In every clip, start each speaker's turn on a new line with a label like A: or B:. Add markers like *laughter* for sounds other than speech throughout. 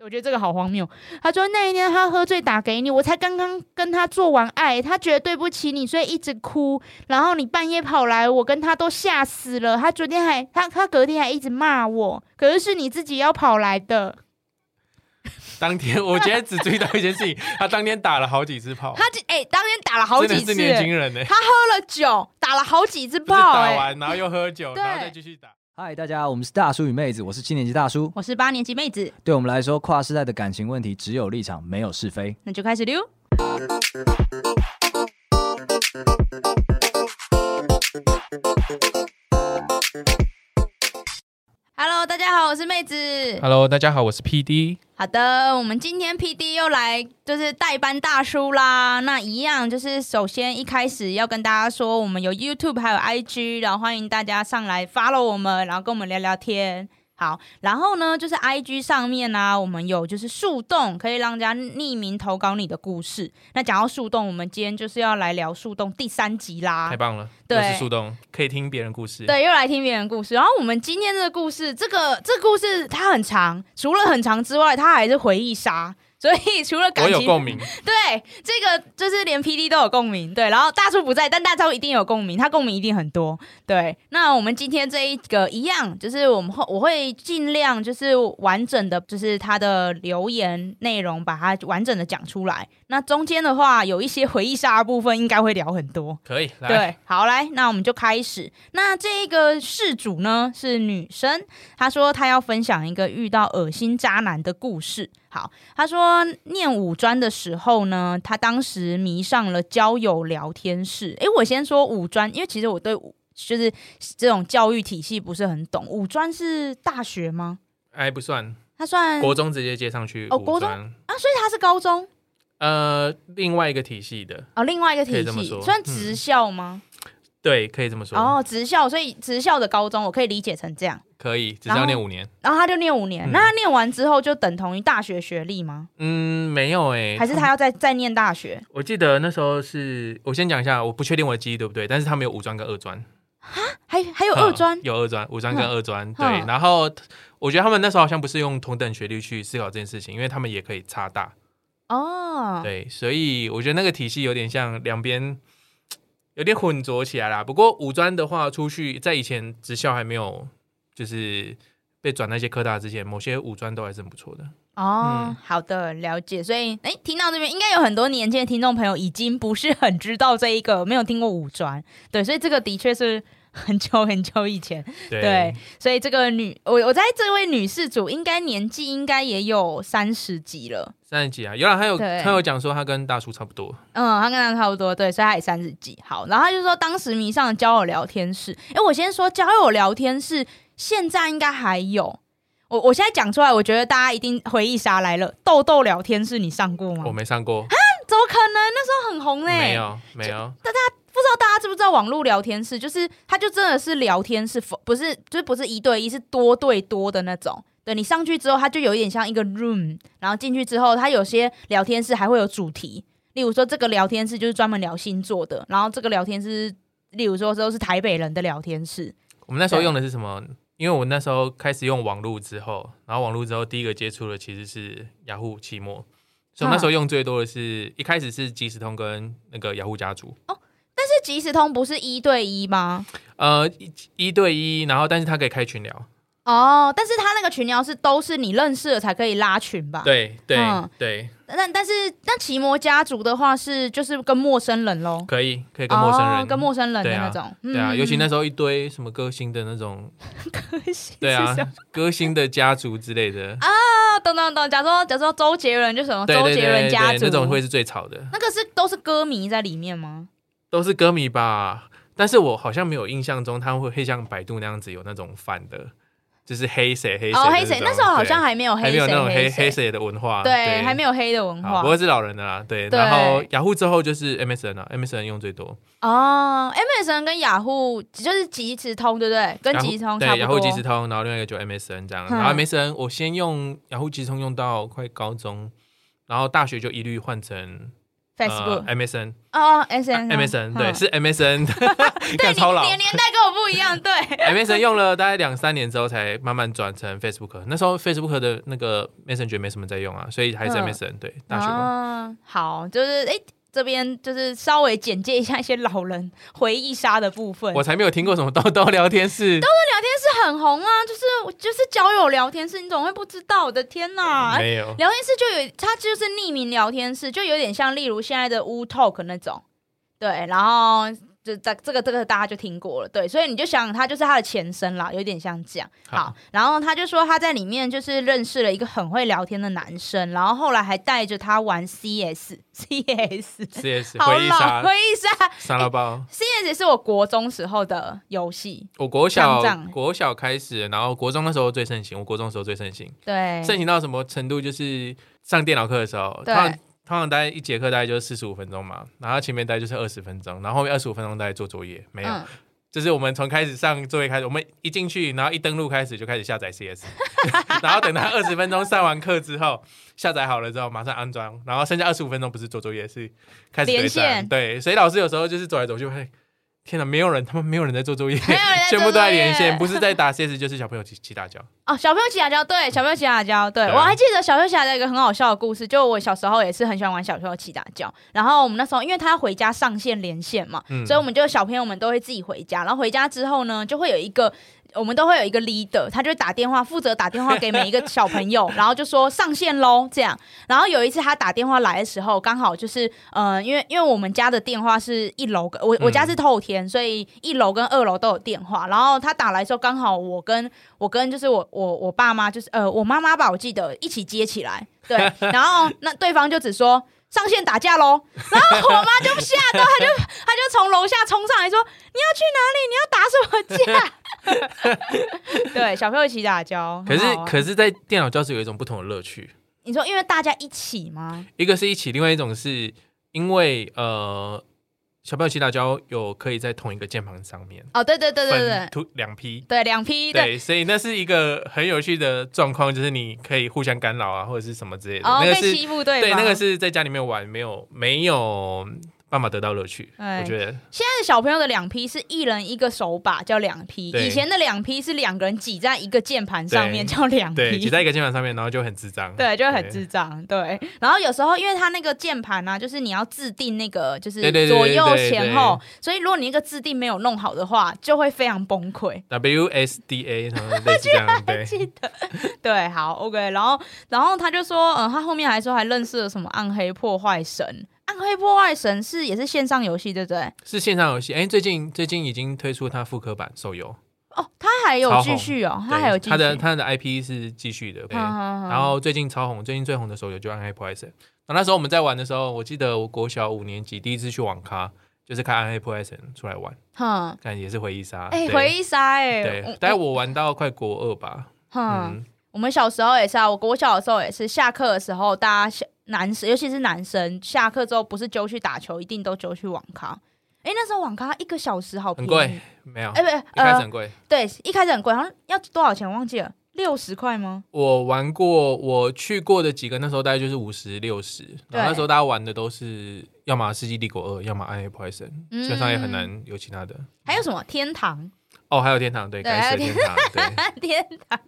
A: 我觉得这个好荒谬。他说那一年他喝醉打给你，我才刚刚跟他做完爱，他觉得对不起你，所以一直哭。然后你半夜跑来，我跟他都吓死了。他昨天还他他隔天还一直骂我，可是是你自己要跑来的。
B: 当天我今天只注意到一件事情，他当天打了好几次炮，
C: 他就哎、当天打了好
B: 真
C: 几
B: 的
C: 次，
B: 是年轻人呢、
C: 他喝了酒，打了好几次
B: 不是
C: 炮、
B: 打
C: 哎，
B: 完然后又喝酒，
C: 对
B: 然后再继续打。
D: 嗨，大家好，我们是大叔与妹子，我是七年级大叔。
C: 我是八年级妹子，
D: 对我们来说，跨世代的感情问题只有立场，没有是非。
C: 那就开始溜。Hello，大家好，我是妹子。
B: Hello，大家好，我是 PD。
C: 好的，我们今天 P D 又来就是代班大叔啦。那一样就是首先一开始要跟大家说，我们有 YouTube 还有 I G，然后欢迎大家上来 follow 我们，然后跟我们聊聊天。好，然后呢，就是 I G 上面呢、我们有就是树洞，可以让大家匿名投稿你的故事。那讲到树洞，我们今天就是要来聊树洞第三集啦
B: 太。棒了，
C: 啊对
B: 我是树洞，可以听别人故事。，
C: 对，又来听别人故事。然后我们今天这个故事，这个这个故事它很长，除了很长之外，它还是回忆杀。所以除了感
B: 我
C: 情，
B: 有共鸣。
C: 对这个就是连 P D 都有共鸣，对。然后大叔不在，但大叔一定有共鸣，他共鸣一定很多。对，那我们今天这一个一样，就是我们会我会尽量就是完整的，就是他的留言内容，把它完整的讲出来。那中间的话，有一些回忆杀的部分，应该会聊很多。
B: 可以，来，
C: 对，好来，那我们就开始。那这个事主呢是女生，她说她要分享一个遇到恶心渣男的故事。好，她说念五专的时候呢，她当时迷上了交友聊天
B: 嗯
C: 室。诶，我先说五专，因为其实我对五就是这种教育体系不是很懂。五专是大学吗？
B: 哎，不算，
C: 它算
B: 国中直接接上去。
C: 嗯哦
B: 五
C: 国中
B: 专，
C: 啊，所以它是高中
B: 呃，另外一个体系的，
C: 哦，另外一个
B: 可
C: 体
B: 以这么
C: 系
B: 说
C: 算
B: 嗯
C: 职校吗？
B: 对，可以这么说。
C: 哦，职校，所以职校的高中我可以理解成这样。
B: 可以，只是要念五年。
C: 然后他就念五年，
B: 嗯
C: 那他念完之后就等同于大学学历吗？
B: 嗯，没有哎、
C: 还是他要再再念大学？
B: 我记得那时候是我先讲一下，我不确定我的记忆对不对，但是他们有五专跟二专，
C: 还还有二专
B: 嗯？有二专，五专跟二专，对
C: 嗯。
B: 然后我觉得他们那时候好像不是用同等学历去思考这件事情，因为他们也可以差大，
C: 哦，
B: 对，所以我觉得那个体系有点像两边有点混浊起来啦。不过五专的话，出去在以前职校还没有就是被转那些科大之前，某些五专都还是很不错的。
C: 哦，
B: 嗯
C: 好的，了解。所以，哎，听到这边，应该有很多年轻的听众朋友已经不是很知道这一个，没有听过五专，对，所以这个的确是很久很久以前。
B: 对，
C: 对所以这个女，我我在这位女事主应该年纪应该也有三十几了。
B: 三十几啊，有啦，他有
C: 对
B: 他有讲说他跟大叔差不多，
C: 嗯，他跟他差不多，对，所以他也三十几。好，然后他就说当时迷上了交友聊天室。哎，我先说交友聊天室，现在应该还有。我我现在讲出来，我觉得大家一定回忆杀来了。豆豆聊天室你上过吗
B: 我？没上过，
C: 怎么可能？那时候很红哎、
B: 没有没有，
C: 不知道大家知不知道网络聊天室，就是它就真的是聊天室，否不是就是不是一对一，是多对多的那种。对你上去之后，它就有一点像一个 room，然后进去之后，它有些聊天室还会有主题，例如说这个聊天室就是专门聊星座的，然后这个聊天室，例如说都是台北人的聊天室。
B: 我们那时候用的是什么？因为我那时候开始用网络之后，然后网络之后第一个接触的其实是雅虎期末，所以我那时候用最多的是、一开始是即时通跟那个雅虎家族，
C: 但是即时通不是一对一吗？
B: 呃一一对一，然后但是它可以开群聊，
C: 哦，但是它那个群聊是都是你认识了才可以拉群吧？。
B: 对对、
C: 嗯
B: 对，
C: 但但是那奇摩家族的话是就是跟陌生人喽。
B: 可以可以跟陌生人，
C: 哦、跟陌生人的
B: 对啊
C: 那种，
B: 对啊，
C: 嗯 *laughs*
B: 尤其那时候一堆什么歌星的那种，
C: 歌星
B: 对啊
C: *laughs* 是什么，
B: 歌星的家族之类的，
C: 啊，懂懂懂，假如说假如说周杰伦就什么
B: 对
C: 周
B: 对
C: 杰伦
B: 对对，
C: 家族
B: 那种会是最吵的，
C: 那个是都是歌迷在里面吗？
B: 都是歌迷吧，但是我好像没有印象中他会会像百度那样子有那种反的，就是黑谁黑谁
C: 哦，
B: 的
C: 黑谁？
B: 种
C: 那时候好
B: 对
C: 像还没有
B: 还没有
C: 谁
B: 那种黑
C: 黑
B: 黑，谁的文化，
C: 对，还没
B: 有
C: 有黑的文化
B: 不。过是老人的啦，对。
C: 对
B: 然后雅虎之后就是 MSN 啊，MSN 用最多，
C: 哦，MSN 跟雅虎就是即时通，对不对？跟即时通
B: 雅
C: 差不多。
B: 虎对雅虎即时通，然后另外一个就 MSN 这样。
C: 嗯
B: 然后 MSN 我先用雅虎即时通用到快高中，然后大学就一律换成
C: Facebook
B: 呃、MSN
C: 哦，SN
B: 啊 MSN 对，是 *laughs* MSN，
C: 嗯 *laughs* 对，
B: 干超老
C: 你你年代跟我不一样，对，
B: MSN 用了大概两三年之后，才慢慢转成 Facebook。那时候 Facebook 的那个 Messenger 没什么在用啊，所以还是
C: 嗯
B: MSN、对， *laughs* 大学嘛
C: 啊好，就是哎。这边就是稍微简介一下一些老人回忆杀的部分。
B: 我才没有听过 *laughs* 什么豆豆聊天室，
C: 是很红啊，就是就是交友聊天室，你总会不知道，我的天呐！
B: 没
C: *laughs*
B: 有。
C: 聊天室就有它就是匿名聊天室，就有点像例如现在的 Wu Talk 那种，对，然后就在这个这个大家就听过了，对，所以你就想它就是它的前身啦，有点像这样。好，然后他就说他在里面就是认识了一个很会聊天的男生，然后后来还带着他玩 *laughs* CS CS，
B: ，CS
C: 好
B: 回忆
C: 老
B: 杀
C: 回忆杀
B: 杀了包。
C: ，CS 是我国中时候的游戏，
B: 我国
C: 像
B: 小
C: 这样
B: 国小开始，然后国中那时候最盛行，我国中的时候最盛行，
C: 对，
B: 盛行到什么程度？就是上电脑课的时候，
C: 对
B: 通常通常大概一节课大概就是四十五分钟嘛，然后前面大概就是二十分钟，然后后面二十五分钟大概做作业，没有。
C: 嗯
B: 就是我们从开始上作业开始，我们一进去，然后一登录开始就开始下载 CS，然 *laughs* 后等他二十分钟上完课之后，下载好了之后马上安装，然后剩下二十五分钟不是做作业是开始对
C: 连
B: 战。
C: 线
B: 对，所以老师有时候就是走来走去会。天哪，没有人，他们没有人在做作业，
C: *laughs* 没有人在做
B: 全部都在连
C: 作业
B: 线，不是在打 CS 就是小朋友起起大叫。
C: 哦，小朋友起打胶，对，小朋友起打胶，对
B: 对啊
C: 我还记得小朋友起打胶有一个很好笑的故事，就我小时候也是很喜欢玩小朋友起打胶，然后我们那时候因为他要回家上线连线嘛，
B: 嗯
C: 所以我们就小朋友们都会自己回家，然后回家之后呢，就会有一个。我们都会有一个 leader，他就会打电话，负责打电话给每一个小朋友，然后就说上线喽这样。然后有一次他打电话来的时候，刚好就是呃，因为因为我们家的电话是一楼跟，我我家是透天，所以一楼跟二楼都有电话。然后他打来的时候，刚好我跟我跟就是我我我爸妈就是呃我妈妈吧，我记得一起接起来，对，然后那对方就只说上线打架喽，然后我妈就吓到，她就她就从楼下冲上来说你要去哪里？你要打什么架？ *laughs* 对，小朋友一起打交，
B: 可是
C: 很好玩
B: 可是在电脑教室有一种不同的乐趣，
C: 你说因为大家一起吗？
B: 一个是一起，另外一种是因为呃小朋友起大叫有可以在同一个键盘上面
C: 哦，对对对对
B: 分
C: 对
B: 出两批。
C: 对，两批对。
B: 对，所以那是一个很有趣的状况，就是你可以互相干扰啊，或者是什么之类的。
C: 哦，
B: 那个
C: 被
B: 是
C: 欺负对
B: 对，
C: 方
B: 那个是在家里面玩，没有没有办法得到乐趣。
C: 哎
B: 我觉得
C: 现在的小朋友的两批是一人一个手把叫两批，
B: 对
C: 以前的两批是两个人挤在一个键盘上面
B: 对
C: 叫两
B: 对，挤
C: 批。
B: 在一个键盘上面，然后就很智障。
C: 哎对，就很智障。对，然后有时候因为它那个键盘呢，就是你要制定那个，就是
B: 对对对
C: 左
B: 对
C: 右
B: 对
C: 前
B: 对
C: 后，所以如果你那个制定没有弄好的话，就会非常崩溃。 *laughs*
B: WSDA 什么类似这样，对，
C: 记得对，好，OK。然后，然后他就说，嗯，他后面还说还认识了什么暗黑破坏神，暗黑破坏神是也是线上游戏，对不对？
B: 是线上游戏。哎，最近最近已经推出它复刻版手游，
C: 哦，他还有
B: 超
C: 继
B: 红
C: 续哦，他
B: 对
C: 还有继续。啊
B: 它的它的 IP 是继续的，对。
C: 然
B: 然后最近超红，最近最红的手游就《暗黑破坏神》。那那时候我们在玩的时候，我记得我国小五年级第一次去网咖，就是看《暗黑破坏神》出来玩。
C: 哼，
B: 看也是回忆杀。
C: 哎、
B: 对
C: 回忆杀哎、
B: 对
C: 我，
B: 但我玩到快国二吧，
C: 哼，
B: 嗯，
C: 我们小时候也是啊，我国小的时候也是，下课的时候大家下男生，尤其是男生，下课之后不是揪去打球，一定都揪去网咖。哎、那时候网咖一个小时好便
B: 很
C: 宜，
B: 贵，没有，
C: 哎、
B: 一
C: 不，
B: 开始
C: 呃，
B: 很贵。
C: 对，一开始很贵，好像要多少钱忘记了，六十块吗？
B: 我玩过，我去过的几个，那时候大概就是五十六十，然后那时候大家玩的都是要么《世纪帝国二》，要么《暗黑破坏神》，基本上也很难有其他的。
C: 还有什么天堂？ *laughs*
B: 哦，还有天堂，对，
C: 对
B: 该死的
C: 还有
B: 天堂，对
C: 天堂，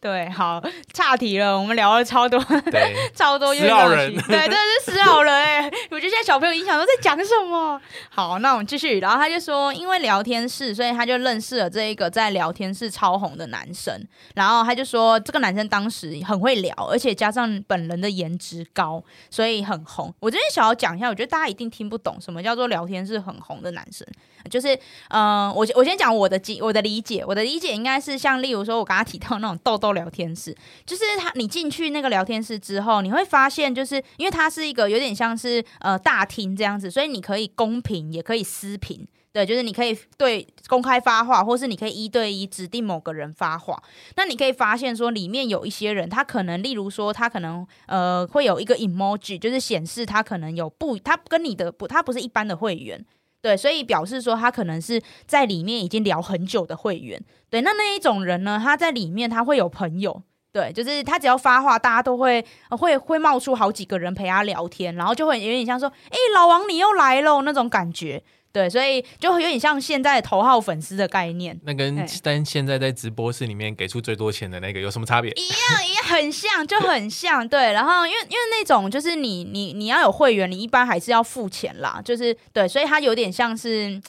C: 对，好，岔题了，我们聊了超多 *laughs*
B: 对，
C: 超多
B: 死
C: 月老
B: 老人
C: 戏对，真的是死老人哎、我觉得现在小朋友影响都在讲什么。好，那我们继续。然后他就说，因为聊天室，所以他就认识了这一个在聊天室超红的男生。然后他就说，这个男生当时很会聊，而且加上本人的颜值高，所以很红。我这边想要讲一下，我觉得大家一定听不懂什么叫做聊天室很红的男生，就是嗯、呃我我先讲我的经我的理解，我的理解应该是像例如说我刚刚提到那种豆豆聊天室，就是他，你进去那个聊天室之后，你会发现，就是因为它是一个有点像是呃大厅这样子，所以你可以公平，也可以私平。对，就是你可以对公开发话，或是你可以一对一指定某个人发话。那你可以发现说，里面有一些人，他可能，例如说，他可能呃会有一个 emoji，就是显示他可能有不，他跟你的不，他不是一般的会员。对，所以表示说他可能是在里面已经聊很久的会员。对，那那一种人呢，他在里面他会有朋友，对，就是他只要发话，大家都会呃会会冒出好几个人陪他聊天，然后就会有点像说：“哎、老王你又来喽”那种感觉。对，所以就有点像现在的头号粉丝的概念，
B: 那跟
C: 哎
B: 但现在在直播室里面给出最多钱的那个有什么差别？
C: 一样也很像，就很像。对，然后因为因为那种就是你你你要有会员，你一般还是要付钱啦，就是对，所以他有点像是。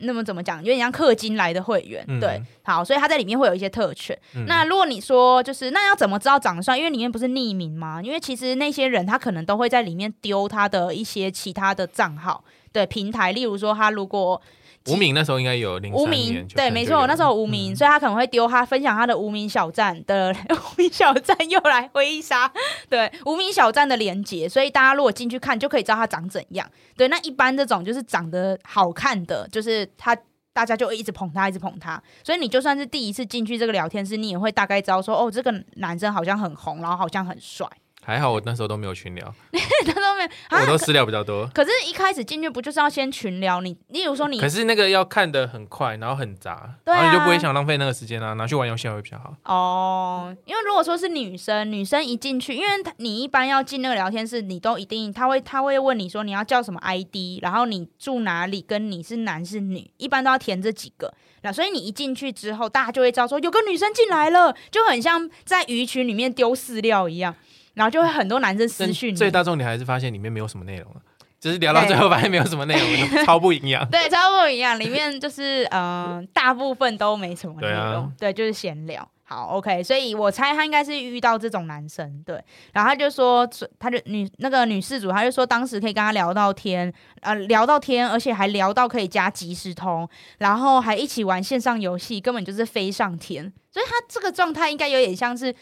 C: 那么怎么讲？有点像氪金来的会员，
B: 嗯
C: 对，好，所以他在里面会有一些特权。
B: 嗯
C: 那如果你说就是那要怎么知道长得帅？因为里面不是匿名吗？因为其实那些人他可能都会在里面丢他的一些其他的账号对平台，例如说他如果
B: 无名那时候应该有零
C: 无
B: 三
C: 名
B: 年，，
C: 对，没错，那时
B: 候
C: 候无名，所以他可能会丢他分享他的无名小站的 *laughs* 无名小站又来回忆杀，对，无名小站的连接，所以大家如果进去看就可以知道他长怎样。对，那一般这种就是长得好看的，就是他。大家就会一直捧他，一直捧他，所以你就算是第一次进去这个聊天室，你也会大概知道说，哦，这个男生好像很红，然后好像很帅， *laughs*
B: 还好，我那时候都没有群聊，
C: 他都没有。
B: 我
C: 啊
B: 都私聊比较多。
C: 可是，一开始进去不就是要先群聊你？例如说你
B: 可是那个要看的很快，然后很杂，
C: 对啊
B: 然后你就不会想浪费那个时间啊，拿去玩游戏还会比较好。
C: 哦，因为如果说是女生，女生一进去，因为她你一般要进那个聊天室，你都一定他会他会问你说你要叫什么 ID，然后你住哪里，跟你是男是女，一般都要填这几个。那所以你一进去之后，大家就会知道说有个女生进来了，就很像在鱼群里面丢饲料一样，然后就会很多男生私讯
B: 但
C: 你。
B: 最大重点还是发现里面没有什么内容啊，就是聊到最后发现没有什么内
C: *laughs*
B: 容，超不营养。
C: 对，差不多一样。里面就是嗯、呃大部分都没什么内
B: 对啊
C: 容，对，就是闲聊。好，OK，所以我猜他应该是遇到这种男生，对。然后他就说，他就女那个女事主，他就说当时可以跟他聊到天，呃，聊到天，而且还聊到可以加即时通，然后还一起玩线上游戏，根本就是飞上天。所以他这个状态应该有点像是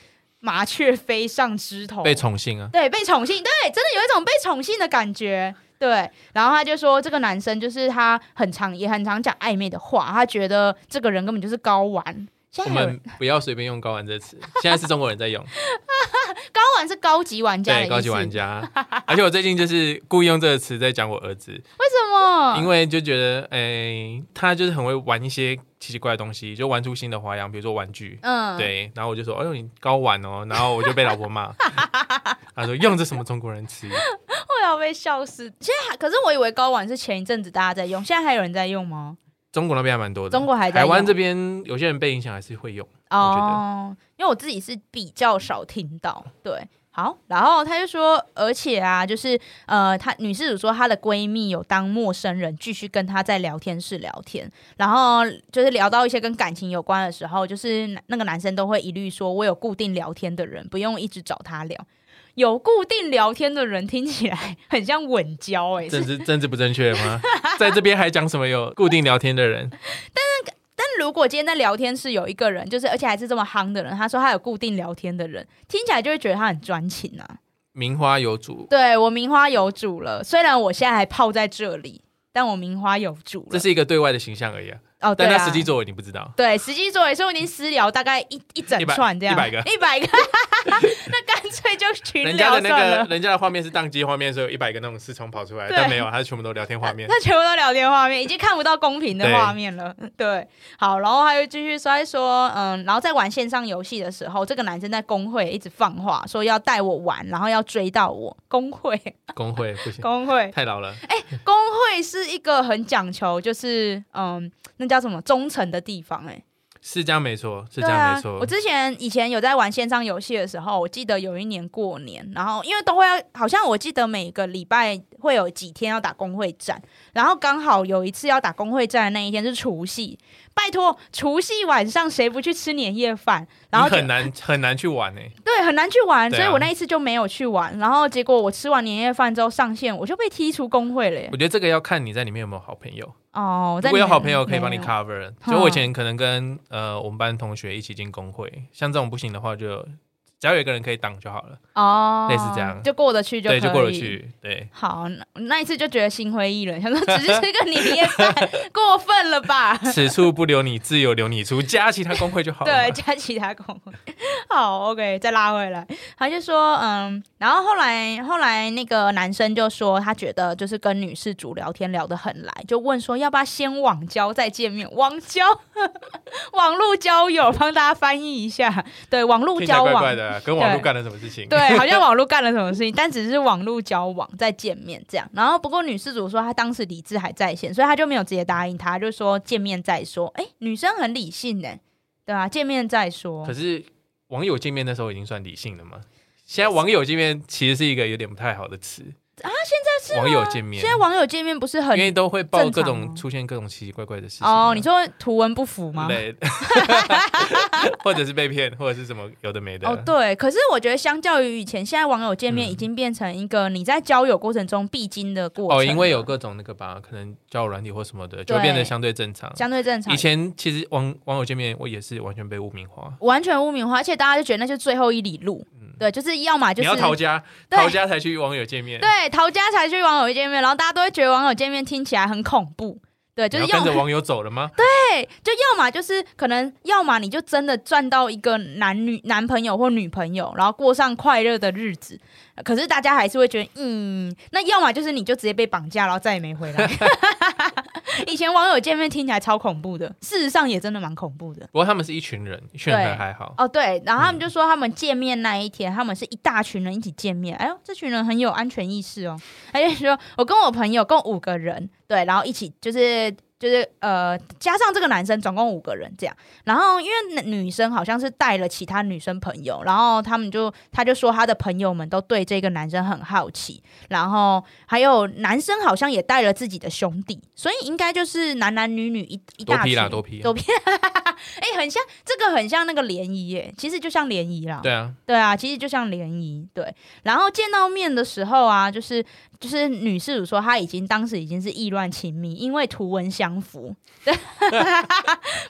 C: 麻雀飞上枝头，
B: 被宠幸啊，
C: 对，被宠幸，对，真的有一种被宠幸的感觉。对，然后他就说，这个男生就是他很常也很常讲暧昧的话，他觉得这个人根本就是睾丸。现
B: 我
C: 在还有人
B: 们不要随便用高玩这
C: *laughs*
B: 词，现在是中国人在用，
C: 睾丸是高级玩 *laughs* 家的意
B: 对
C: 思，
B: 高级玩家。而且我最近就是故意用这个词在讲我儿子，
C: 为什 *laughs* 么？
B: 因为就觉得，诶，他就是很会玩一些奇奇怪怪的东西，就玩出新的花样，比如说玩具。
C: 嗯，
B: 对，然后我就说：“哎呦，你高玩哦！”然后我就被老
C: *laughs*
B: 婆骂，他说：“用这什么中国人词语
C: 我要被笑死。现在还可是我以为睾丸是前一阵子大家在用，现在还有人在用吗？？”
B: 中国那边还蛮多的，
C: 中国还在
B: 台湾
C: 用
B: 这边有些人被影响还是会用。我觉得
C: 哦，因为我自己是比较少听到，对。好，然后他就说，而且啊，就是呃，她女事主说她的闺蜜有当陌生人继续跟她在聊天室聊天，然后就是聊到一些跟感情有关的时候，就是那那个男生都会一律说，我有固定聊天的人，不用一直找他聊。有固定聊天的人听起来很像稳交
B: *laughs*
C: 哎、欸，
B: 政治政治不正确吗？ *laughs* 在这边还讲什么有固定聊天的人？
C: 但如果今天在聊天室有一个人，就是而且还是这么夯的人，他说他有固定聊天的人，听起来就会觉得他很专情啊。
B: 名花有主，
C: 对我名花有主了，虽然我现在还泡在这里，但我名花有主
B: 这
C: 了。
B: 是一个对外的形象而已、啊，
C: 哦，对
B: 但
C: 啊，
B: 他实际作为你不知道。
C: 对实际作为，所以我已经私聊大概一一整串
B: *laughs*
C: 这样，
B: 100 100个
C: 一百个， *laughs* 那干脆就群
B: 人家
C: 聊
B: 的
C: 算
B: 那
C: 了
B: 个。人家的画面是宕机画面，所以有一百个那种视窗跑出来，
C: 对
B: 但没有，他全部都聊天画面。
C: 他全部都聊天画面，已经看不到公平的画面了。 *laughs* 对，好，然后他又继续说他说，嗯，然后在玩线上游戏的时候，这个男生在公会一直放话，说要带我玩，然后要追到我。公会，
B: 工会不行，
C: 公会，
B: 太老了。
C: 工会是一个很讲求，就是嗯，那叫什么忠诚的地方、欸，哎，
B: 是这样没错，是
C: 对
B: 这样
C: 啊
B: 没，错。
C: 我之前以前有在玩线上游戏的时候，我记得有一年过年，然后因为都会要，好像我记得每个礼拜会有几天要打工会战，然后刚好有一次要打工会战的那一天是除夕，拜托，除夕晚上谁不去吃年夜饭？然后
B: 你
C: 就
B: 很难很难去玩欸诶、
C: 对，很难去玩，
B: *laughs* 对啊
C: 所以我那一次就没有去玩。然后结果我吃完年夜饭之后上线，我就被踢出工会了耶
B: 我。觉得这个要看你在里面有没有好朋友。
C: 哦，
B: 如
C: 在
B: 果有好朋
C: 里面
B: 友可以帮你
C: 没有
B: cover。
C: 嗯
B: 就我以前可能跟呃我们班同学一起进工会，像这种不行的话就。只要有一个人可以挡就好了，
C: 哦，
B: 类似这样
C: 就过得去就可
B: 对，
C: 以
B: 就过得。去，对，
C: 好，那那一次就觉得心灰意冷，想说只是吃个年夜饭，过分了吧？
B: 此处不留你，自有留你处，加其他工会就 *laughs* 好了嘛。
C: 对，加其他工会。好，OK，再拉回来。他就说，嗯，然后后来后来那个男生就说，他觉得就是跟女事主聊天聊得很来，就问说要不要先网交再见面？网 *laughs* 交，网络交友，帮大家翻译一下，对，网络
B: 听起来
C: 交往，
B: 怪怪的啊，跟网络
C: 对
B: 干了什么事 *laughs* 情？
C: 对，好像网络干了什么事情，但只是网络交往再见面这样。然后不过女事主说她当时理智还在线，所以她就没有直接答应他，就说见面再说。哎，女生很理性呢、对啊，见面再说
B: 可。是网友见面那时候已经算理性了吗？现在网友见面其实是一个有点不太好的词
C: 啊
B: 现在是网友见面，
C: 现在网友见面不是很
B: 因为都会报各
C: 正常
B: 种
C: 哦
B: 出现各种奇奇怪怪的事情啊
C: 哦？你说图文不符吗？
B: 对，
C: *laughs*
B: 或者是被骗，或者是什么有的没的。
C: 哦，对，可是我觉得相较于以前，现在网友见面
B: 嗯
C: 已经变成一个你在交友过程中必经的过程
B: 哦，
C: 了，
B: 因为有各种那个吧，可能交友软体或什么的，就会变得相对正常。
C: 相对正常
B: 以，前其实网网友见面，我也是完全被污名化。
C: 完全污名化，而且大家就觉得那就是最后一里路，
B: 嗯，
C: 对，就是要么就
B: 你要
C: 是
B: 逃家，
C: 对
B: 逃家才去网友见面，
C: 对逃家才去网友见面，然后大家都会觉得网友见面听起来很恐怖，对，就
B: 你
C: 是
B: 要
C: 要么
B: 跟着网友走了吗？
C: *laughs* 对，就要么就是可能，要么你就真的赚到一个男女男朋友或女朋友，然后过上快乐的日子，可是大家还是会觉得，嗯，那要么就是你就直接被绑架，然后再也没回来。 *laughs* 以前网友见面听起来超恐怖的，事实上也真的蛮恐怖的。
B: 不过他们是一群人，一群
C: 对
B: 人还好。
C: 哦，对，然
B: 嗯
C: 后他们就说他们见面那一天，他们是一大群人一起见面。哎呦，这群人很有安全意识哦。他就说，我跟我朋友共五个人，对，然后一起就是就是呃，加上这个男生总共五个人这样。然后因为女生好像是带了其他女生朋友，然后他们就他就说他的朋友们都对这个男生很好奇，然后还有男生好像也带了自己的兄弟，所以应该就是男男女女一一
B: 多
C: 大
B: 批
C: 群
B: 啦，多批。啊
C: 多批，哎、很像这个，很像那个联谊耶，其实就像联谊啦。
B: 对啊，
C: 对啊，其实就像联谊。对，然后见到面的时候啊，就是就是女事主说她已经当时已经是意乱情迷，因为图文相符。 *laughs*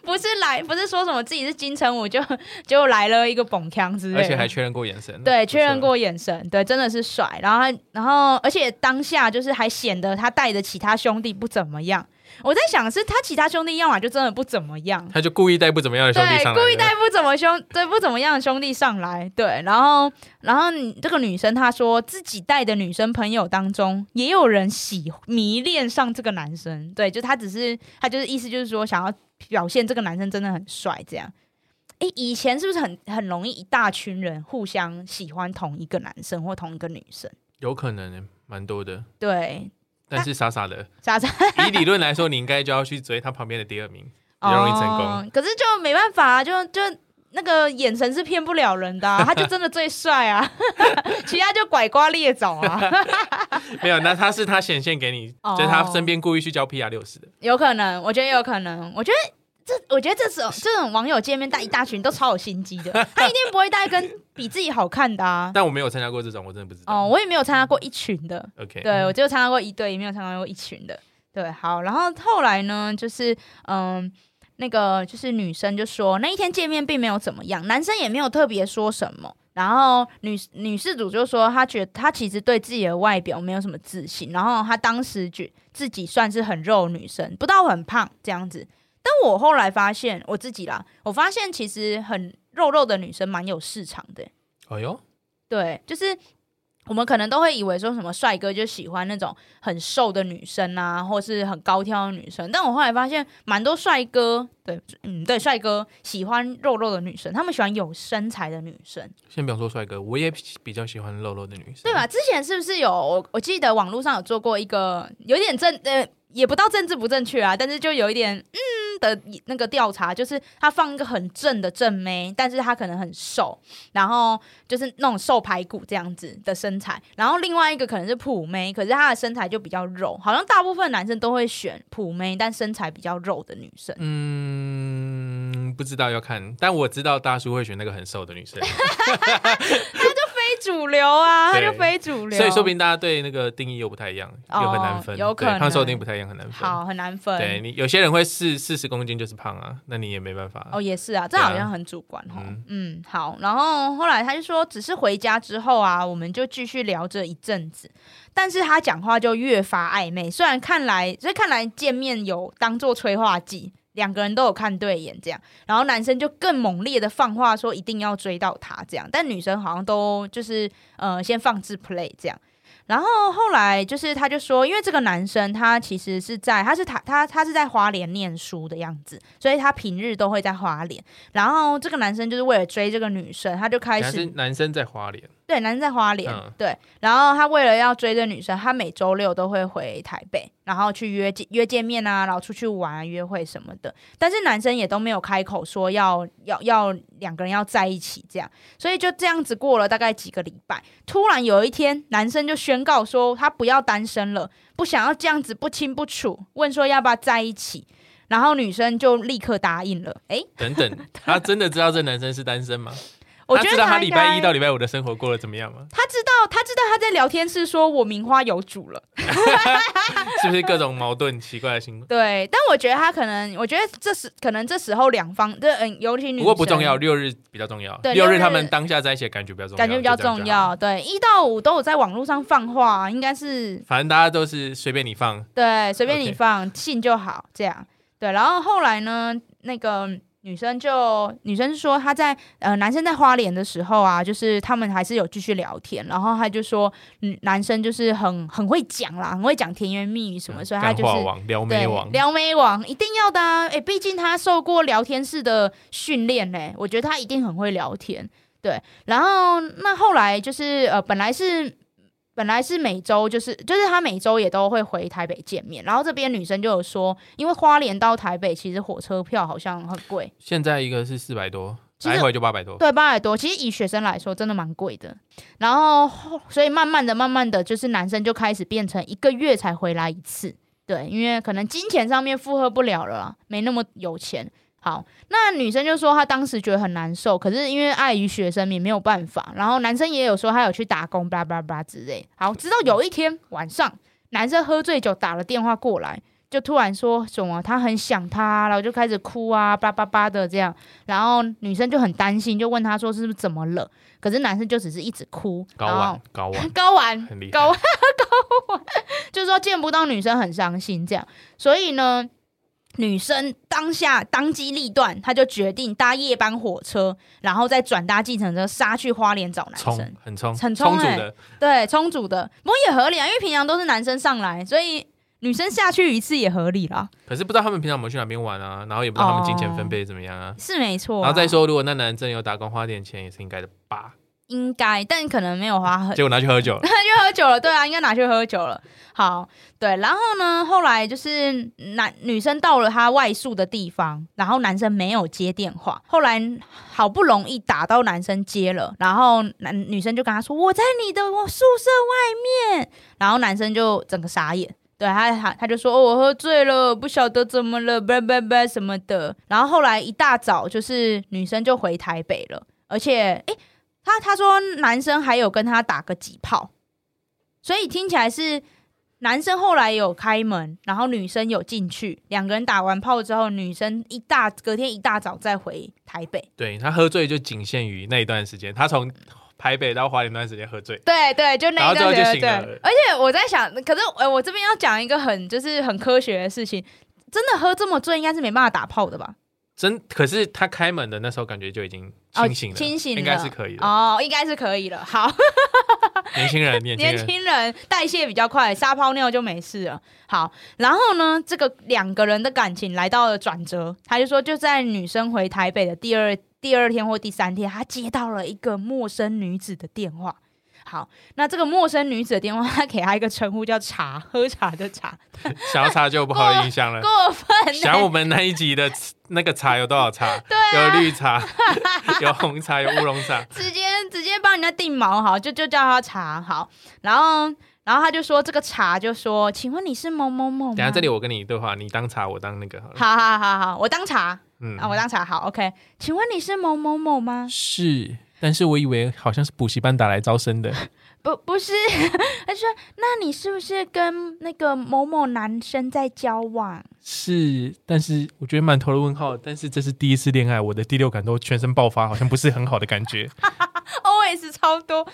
C: 不是来，不是说什么自己是金城武就就来了一个蹦腔之类的，
B: 而且还确认过眼神。啊
C: 对，
B: 不
C: 确认
B: 错。
C: 过眼神，对，真的是帅。然后他，然后而且当下就是还显得他带的其他兄弟不怎么样。我在想，是他其他兄弟要么就真的不怎么样，
B: 他就故意带不怎么样的兄弟
C: 对，
B: 上来，
C: 故意带不怎么兄， *laughs* 对不怎么样的兄弟上来，对，然后然后你这个女生她说自己带的女生朋友当中也有人喜迷恋上这个男生，对，就她只是她就是意思就是说想要表现这个男生真的很帅这样。诶，以前是不是很很容易一大群人互相喜欢同一个男生或同一个女生？
B: 有可能欸蛮多的，
C: 对， *laughs*
B: 但是傻傻的。
C: 啥啥
B: *laughs* 以理论来说，你应该就要去追他旁边的第二名，比较容易成功。
C: 哦可是就没办法、啊，就就那个眼神是骗不了人的啊、
B: *laughs*
C: 他就真的最帅啊， *laughs* 其他就拐瓜裂枣啊， *laughs*
B: 没有，那他是他显现给你，
C: 哦嗯
B: 就是他身边故意去教 PR 六十的，
C: 有可能，我觉得有可能，我觉得。这我觉得这种这种网友见面带一大群都超有心机的，他一定不会带跟比自己好看的啊。
B: 但我没有参加过这种，我真的不知道。
C: 哦，我也没有参加过一群的，
B: OK，
C: 对，我就参加过一对，也没有参加过一群的。对，好，然后后来呢，就是嗯，那个就是女生就说那一天见面并没有怎么样，男生也没有特别说什么。然后女女事主就说，她觉得她其实对自己的外表没有什么自信，然后她当时觉自己算是很肉的女生，不到很胖这样子。但我后来发现我自己啦，我发现其实很肉肉的女生蛮有市场的、
B: 哎呦，
C: 对，就是我们可能都会以为说什么帅哥就喜欢那种很瘦的女生啊，或是很高挑的女生。但我后来发现，蛮多帅哥，对，嗯，对，帅哥喜欢肉肉的女生，他们喜欢有身材的女生，
B: 先不要说帅哥，我也比较喜欢肉肉的女生，
C: 对吧？？之前是不是有我我记得网络上有做过一个有点正呃，也不到政治不正确啊，但是就有一点嗯的那个调查，就是他放一个很正的正妹，但是他可能很瘦，然后就是那种瘦排骨这样子的身材，然后另外一个可能是普妹，可是她的身材就比较肉，好像大部分男生都会选普妹，但身材比较肉的女生。
B: 嗯，不知道要看，但我知道大叔会选那个很瘦的女生，
C: *laughs* 非主流啊，他
B: 对
C: 就非主流，
B: 所以说不定大家对那个定义又不太一样，
C: 哦
B: 又很难分，
C: 有可能
B: 对胖瘦定不太一样，很难分。
C: 好很难分。
B: 对你有些人会四四十公斤就是胖啊，那你也没办法。
C: 哦，也是啊，这
B: 对啊
C: 好像很主观哦。
B: 嗯
C: 嗯，好。然后后来他就说，只是回家之后啊，我们就继续聊这一阵子，但是他讲话就越发暧昧。虽然看来，所以看来见面有当做催化剂，两个人都有看对眼这样。然后男生就更猛烈的放话说一定要追到她这样，但女生好像都就是呃先放置 play 这样。然后后来就是他就说，因为这个男生他其实是在他是他他他是在花莲念书的样子，所以他平日都会在花莲。然后这个男生就是为了追这个女生，他就开
B: 还是
C: 始
B: 男生在花莲，
C: 对男生在花莲、
B: 嗯
C: 对，然后他为了要追这女生，他每周六都会回台北，然后去约见约见面啊，然后出去玩、啊、约会什么的。但是男生也都没有开口说要要要两个人要在一起这样，所以就这样子过了大概几个礼拜。突然有一天，男生就宣告说他不要单身了，不想要这样子不清不楚，问说要不要在一起。然后女生就立刻答应了。诶，*laughs*
B: 等等，他真的知道这男生是单身吗？
C: 我
B: 他
C: 觉
B: 知
C: 得
B: 道他
C: 应
B: 礼
C: 该
B: 拜一到礼拜五的生活过得怎么样吗？
C: 他知道他知道他在聊天室说我名花有主了。
B: 是不是各种矛盾、奇怪的行为？
C: 对，但我觉得他可能，我觉得这时可能这时候两方，这嗯，尤其女
B: 不过不
C: 生
B: 重要，六日比较重要。
C: 对
B: 六
C: 六
B: 日
C: 日
B: 他们当下在一起的感觉比较重要，
C: 感觉比较
B: 就这样
C: 重
B: 就好。
C: 要。对，一到五都有在网络上放话，啊应该是
B: 反正大家都是随便你放，
C: 对，随便
B: OK
C: 你放信就好，这样。对，然后后来呢，那个女生就女生说她在呃男生在花莲的时候啊，就是他们还是有继续聊天，然后她就说，嗯，男生就是很很会讲啦，很会讲甜言蜜语什么，所以他
B: 嗯干
C: 就
B: 话
C: 是
B: 王、撩妹
C: 对，
B: 王，
C: 撩妹王一定要的啊！哎、毕竟他受过聊天室的训练嘞，我觉得他一定很会聊天。对，然后那后来就是呃，本来是本来是每周就是就是他每周也都会回台北见面，然后这边女生就有说，因为花莲到台北其实火车票好像很贵，
B: 现在一个是四百多，
C: 其实
B: 来回就八百多。
C: 对，八百多，其实以学生来说真的蛮贵的。然后后所以慢慢的、慢慢的，就是男生就开始变成一个月才回来一次，对，因为可能金钱上面负荷不了了啦，没那么有钱。好，那女生就说她当时觉得很难受，可是因为碍于学生也没有办法。然后男生也有说他有去打工，巴拉巴拉巴拉之类。好，直到有一天晚上，男生喝醉酒打了电话过来，就突然说什么他很想她，然后就开始哭啊，叭叭叭的这样。然后女生就很担心，就问他说是不是怎么了？可是男生就只是一直哭，嗯
B: 高
C: 然后
B: 玩，高玩，
C: 高玩
B: 很厉害
C: 哦 *laughs* 高玩高玩，啊就是说见不到女生很伤心这样，所以呢。女生当下当机立断，她就决定搭夜班火车，然后再转搭计程车杀去花莲找男生
B: 冲。，很冲，
C: 很
B: 充
C: 冲
B: 足
C: 欸
B: 的。
C: 对，充足的，不过也合理啊，因为平常都是男生上来，所以女生下去一次也合理啦，
B: 可是不知道他们平常有没有去哪边玩啊，然后也不知道他们金钱分配怎么样啊。
C: 是没错啊、
B: 然后再说，如果那男真有打工花点钱，也是应该的吧？
C: 应该，但可能没有花很
B: 结果拿去喝酒了，
C: 去喝酒了，对啊，应该拿去喝酒了。好，对，然后呢，后来就是男女生到了他外宿的地方，然后男生没有接电话，后来好不容易打到男生接了，然后男女生就跟他说我在你的我宿舍外面，然后男生就整个傻眼。对他，他他就说、哦、我喝醉了，不晓得怎么了，叭叭叭什么的。然后后来一大早，就是女生就回台北了，而且，诶，他他说男生还有跟他打个几炮，所以听起来是男生后来有开门，然后女生有进去，两个人打完炮之后，女生一大隔天一大早再回台北。
B: 对他喝醉就仅限于那一段时间，他从台北到花莲那段时间喝醉，
C: 对对，就那一
B: 然后
C: 段
B: 之后就
C: 时间。
B: 醒了
C: 对，而且我在想，可是呃，我这边要讲一个很就是很科学的事情，真的喝这么醉，应该是没办法打炮的吧？
B: 真可是他开门的那时候感觉就已经清醒了，
C: 哦清醒了
B: 应该是可以的。
C: 哦，应该是可以了。好，
B: 年
C: *laughs*
B: 轻人，年轻
C: 年
B: 人，
C: 轻人代谢比较快，撒泡尿就没事了。好，然后呢，这个两个人的感情来到了转折，他就说就在女生回台北的第二第二天或第三天，他接到了一个陌生女子的电话。好，那这个陌生女子的电话，他给他一个称呼叫茶，喝茶的茶，
B: 想要插就不好影响了。
C: 过分、
B: 呃想我
C: 欸。
B: 们那一集的那个茶有多少茶？
C: *laughs* 对啊嗯
B: 有，绿
C: *laughs*
B: 茶，有红茶，有乌龙茶。
C: 直接直接帮人家定毛好，就就叫他茶好，然后然后他就说这个茶就说，请问你是某某某吗？
B: 等一下这里我跟你对话，你当茶，我当那个好了。
C: 好好好好，我当茶
B: 嗯
C: 啊，我当茶好，OK。请问你是某某某吗？
B: 是，但是我以为好像是补习班打来招生的，
C: 不，不是。 *laughs* 他说，那你是不是跟那个某某男生在交往？
B: 是，但是我觉得满头的问号。但是这是第一次恋爱，我的第六感都全身爆发，好像不是很好的感觉，
C: *laughs* always 超多。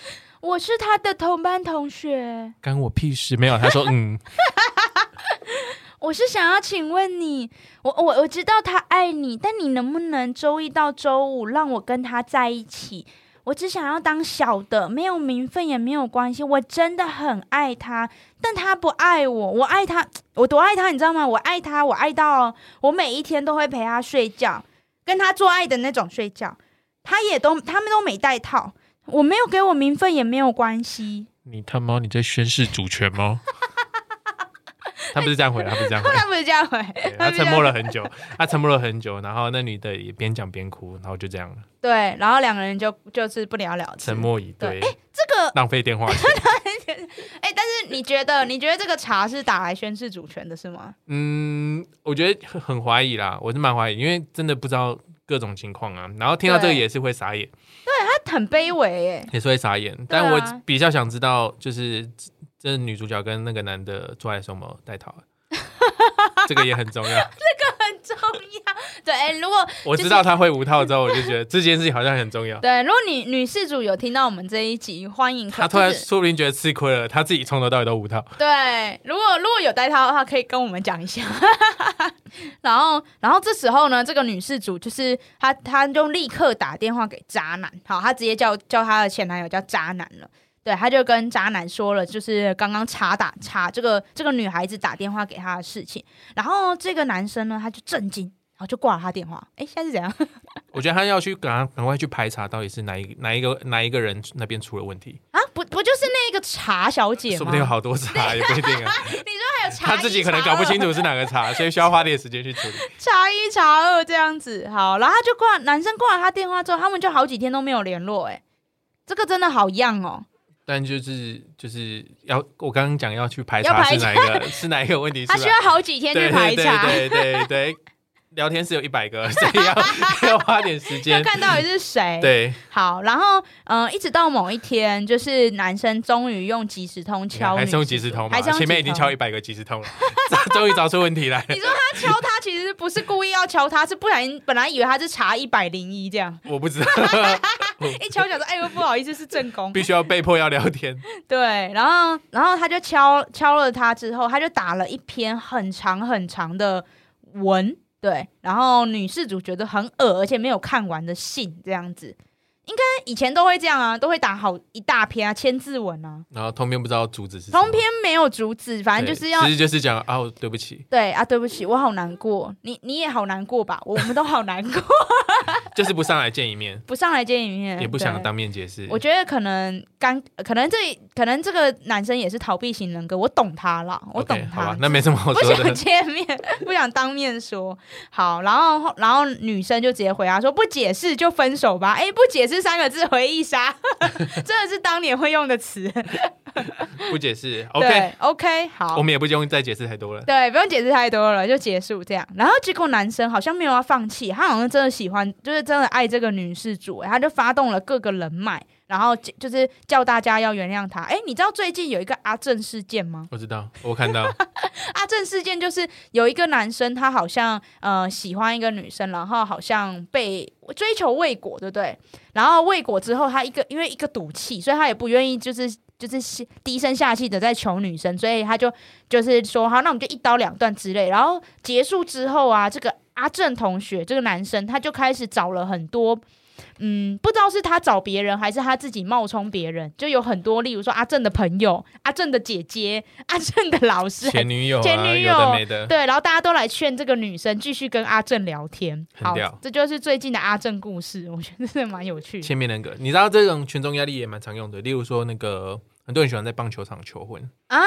C: 我是他的同班同学，
B: *laughs* 干我屁事。没有， *laughs* 他说嗯，
C: 我是想要请问你，我我我知道他爱你，但你能不能周一到周五让我跟他在一起？
A: 我只想要当小的，没有名分也没有关系。我真的很爱他，但他不爱我，我爱他，我多爱他，你知道吗？我爱他，我爱到我每一天都会陪他睡觉，跟他做爱的那种睡觉。他也都，他们都没带套，我没有给我名分也没有关系。
B: 你他妈你在宣誓主权 *laughs* 吗？他不是这样回来，他不是这样 *laughs* 回来
C: 他不是这样回
B: 对，
C: 他
B: 他
C: 不是这
B: 沉
C: 样
B: 默了很久，他沉默了很久，然后那女的也边讲边哭，然后就这样
C: 对，然后两个人就就是不了了之。
B: 沉默以对，哎
C: 这个
B: 浪费电话钱。 *laughs*
C: 哎、但是你觉得你觉得这个茶是打来宣示主权的是吗？
B: 嗯，我觉得很很怀疑啦，我是蛮怀疑，因为真的不知道各种情况啊。然后听到这个
C: 对
B: 也是会傻眼，
C: 他很卑微哎、
B: 也是会傻眼。
C: 对啊
B: 但我比较想知道，就是这女主角跟那个男的做爱的时候有没有戴套啊，这个也很重要。
C: 很 *laughs* 重要。对，哎、如果
B: 我知道他会无套之后，我就觉得这件事情好像很重要。
C: 对，如果女女事主有听到我们这一集，欢迎
B: 他突然
C: 就是
B: 说不定觉得吃亏了，他自己从头到尾都无套。
C: 对，如果如果有带套的话，可以跟我们讲一下。 *laughs* 然后，然后这时候呢，这个女事主就是她，她就立刻打电话给渣男，好，她直接叫叫她的前男友叫渣男了。对，她就跟渣男说了，就是刚刚查打查这个这个女孩子打电话给她的事情。然后这个男生呢，他就震惊，然后就挂了她电话。哎，现在是怎样？
B: 我觉得他要去赶赶快去排查，到底是哪一哪一个哪一个人那边出了问题，
C: 啊，不不就是那个茶小姐
B: 说
C: 吗
B: 不？定有好多查也不一定啊。
C: 还有茶
B: 他自己可能搞不清楚是哪个查，所以需要花点时间去处理。
C: 查一查二这样子，好，然后他就挂男生挂了他电话之后，他们就好几天都没有联络、哎，这个真的好样哦，
B: 但就是就是要我刚刚讲要去排
C: 要
B: 查
C: 排
B: 是哪一个是哪一个问题出
C: 他需
B: 来，
C: 要好几天去
B: 对
C: 排
B: 对
C: 查，
B: 对对对对，聊天室有一百个， *laughs* 所以要要花点时
C: 要
B: 间。
C: 看到底是谁。，
B: 对，
C: 好，然后嗯、呃一直到某一天，就是男生终于用即时通
B: 你
C: 敲
B: 看
C: 女
B: 还
C: 生，
B: 是用即时通嘛，
C: 还是用
B: 前面已经敲
C: 一。
B: 一百个即时通了， *laughs* 终于找出问题来了。
C: 你说他敲他其实不是故意要敲他，是不小心本来以为他是查一百零一这样，
B: 我不知道， *laughs*
C: 一敲想说哎呦不好意思是正宫，
B: 必须要被迫要聊天。
C: 对，然后然后他就敲敲了他之后，他就打了一篇很长很长的文，对，然后女事主觉得很恶，而且没有看完的信这样子。应该以前都会这样啊，都会打好一大篇啊，千字文啊。
B: 然后通篇不知道主旨是什么
C: 通篇没有主旨，反正就是要
B: 其实就是讲啊，我对不起，
C: 对啊，对不起，我好难过，你你也好难过吧，我我们都好难过， *laughs*
B: 就是不上来见一面，
C: 不上来见一面，
B: 也不
C: 对
B: 想当面解释。
C: 我觉得可能刚，可能这可能这个男生也是逃避型人格，我懂他啦，我
B: OK，
C: 懂
B: 好
C: 他
B: 吧，，那没什么好
C: 不
B: 说
C: 想
B: 的。
C: 见面，不想当面说。好，然后后然后女生就直接回答说：“不解释就分手吧。”哎，不解释三个字回忆杀， *laughs* 真的是当年会用的词。
B: 不解释，OK，
C: 对 OK，好
B: 我，们也不用再解释太多了。
C: 对，不用解释太多了，就结束这样。然后结果男生好像没有要放弃，他好像真的喜欢，就是真的爱这个女事主、哎他就发动了各个人脉，然后就就是叫大家要原谅他。哎，你知道最近有一个阿正事件吗？
B: 我知道，我
C: *laughs*
B: 看到，
C: 阿啊正事件就是有一个男生，他好像呃喜欢一个女生，然后好像被追求未果，对不对？然后未果之后，他一个因为一个赌气，所以他也不愿意就是 *laughs* 就是低声下气的在求女生，所以他就就是说好，那我们就一刀两断之类。然后结束之后啊，这个阿正同学这个男生他就开始找了很多。嗯，不知道是他找别人还是他自己冒充别人，就有很多，例如说阿正的朋友、阿正的姐姐、阿正的老师，
B: 前女友啊，
C: 前女友
B: 有的没 *laughs* 的，
C: 对，然后大家都来劝这个女生继续跟阿正聊天。
B: 很
C: 好
B: 屌，
C: 这就是最近的阿正故事，我觉得真的蛮有
B: *laughs*
C: 趣的。
B: 前面那个，你知道这种群众压力也蛮常用的，例如说那个很多人喜欢在棒球场求婚，
C: 啊，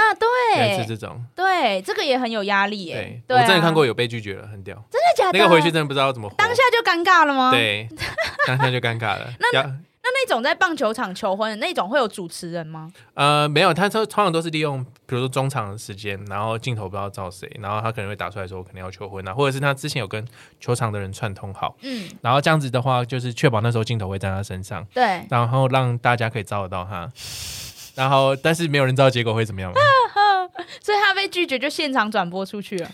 B: 类
C: 对
B: 似这种。
C: 对，这个也很有压力耶
B: 对，。
C: 对
B: 我
C: 啊，
B: 真的看过有被拒绝了，很屌。
C: 真的假的？
B: 那个回去真的不知道怎么活。
C: 当下就尴尬了吗？，
B: 对， *laughs* 当下就尴尬了。
C: *laughs*
B: 要
C: 那那种在棒球场求婚的那种会有主持人吗？
B: 呃，没有，他通通常都是利用，比如说中场的时间，然后镜头不知道照谁，然后他可能会打出来说我可能要求婚啊，或者是他之前有跟球场的人串通好，
C: 嗯，
B: 然后这样子的话，就是确保那时候镜头会在他身上，
C: 对，
B: 然后让大家可以照得到他。然后，但是没有人知道结果会怎么样嘛。
C: 所以他被拒绝就现场转播出去了，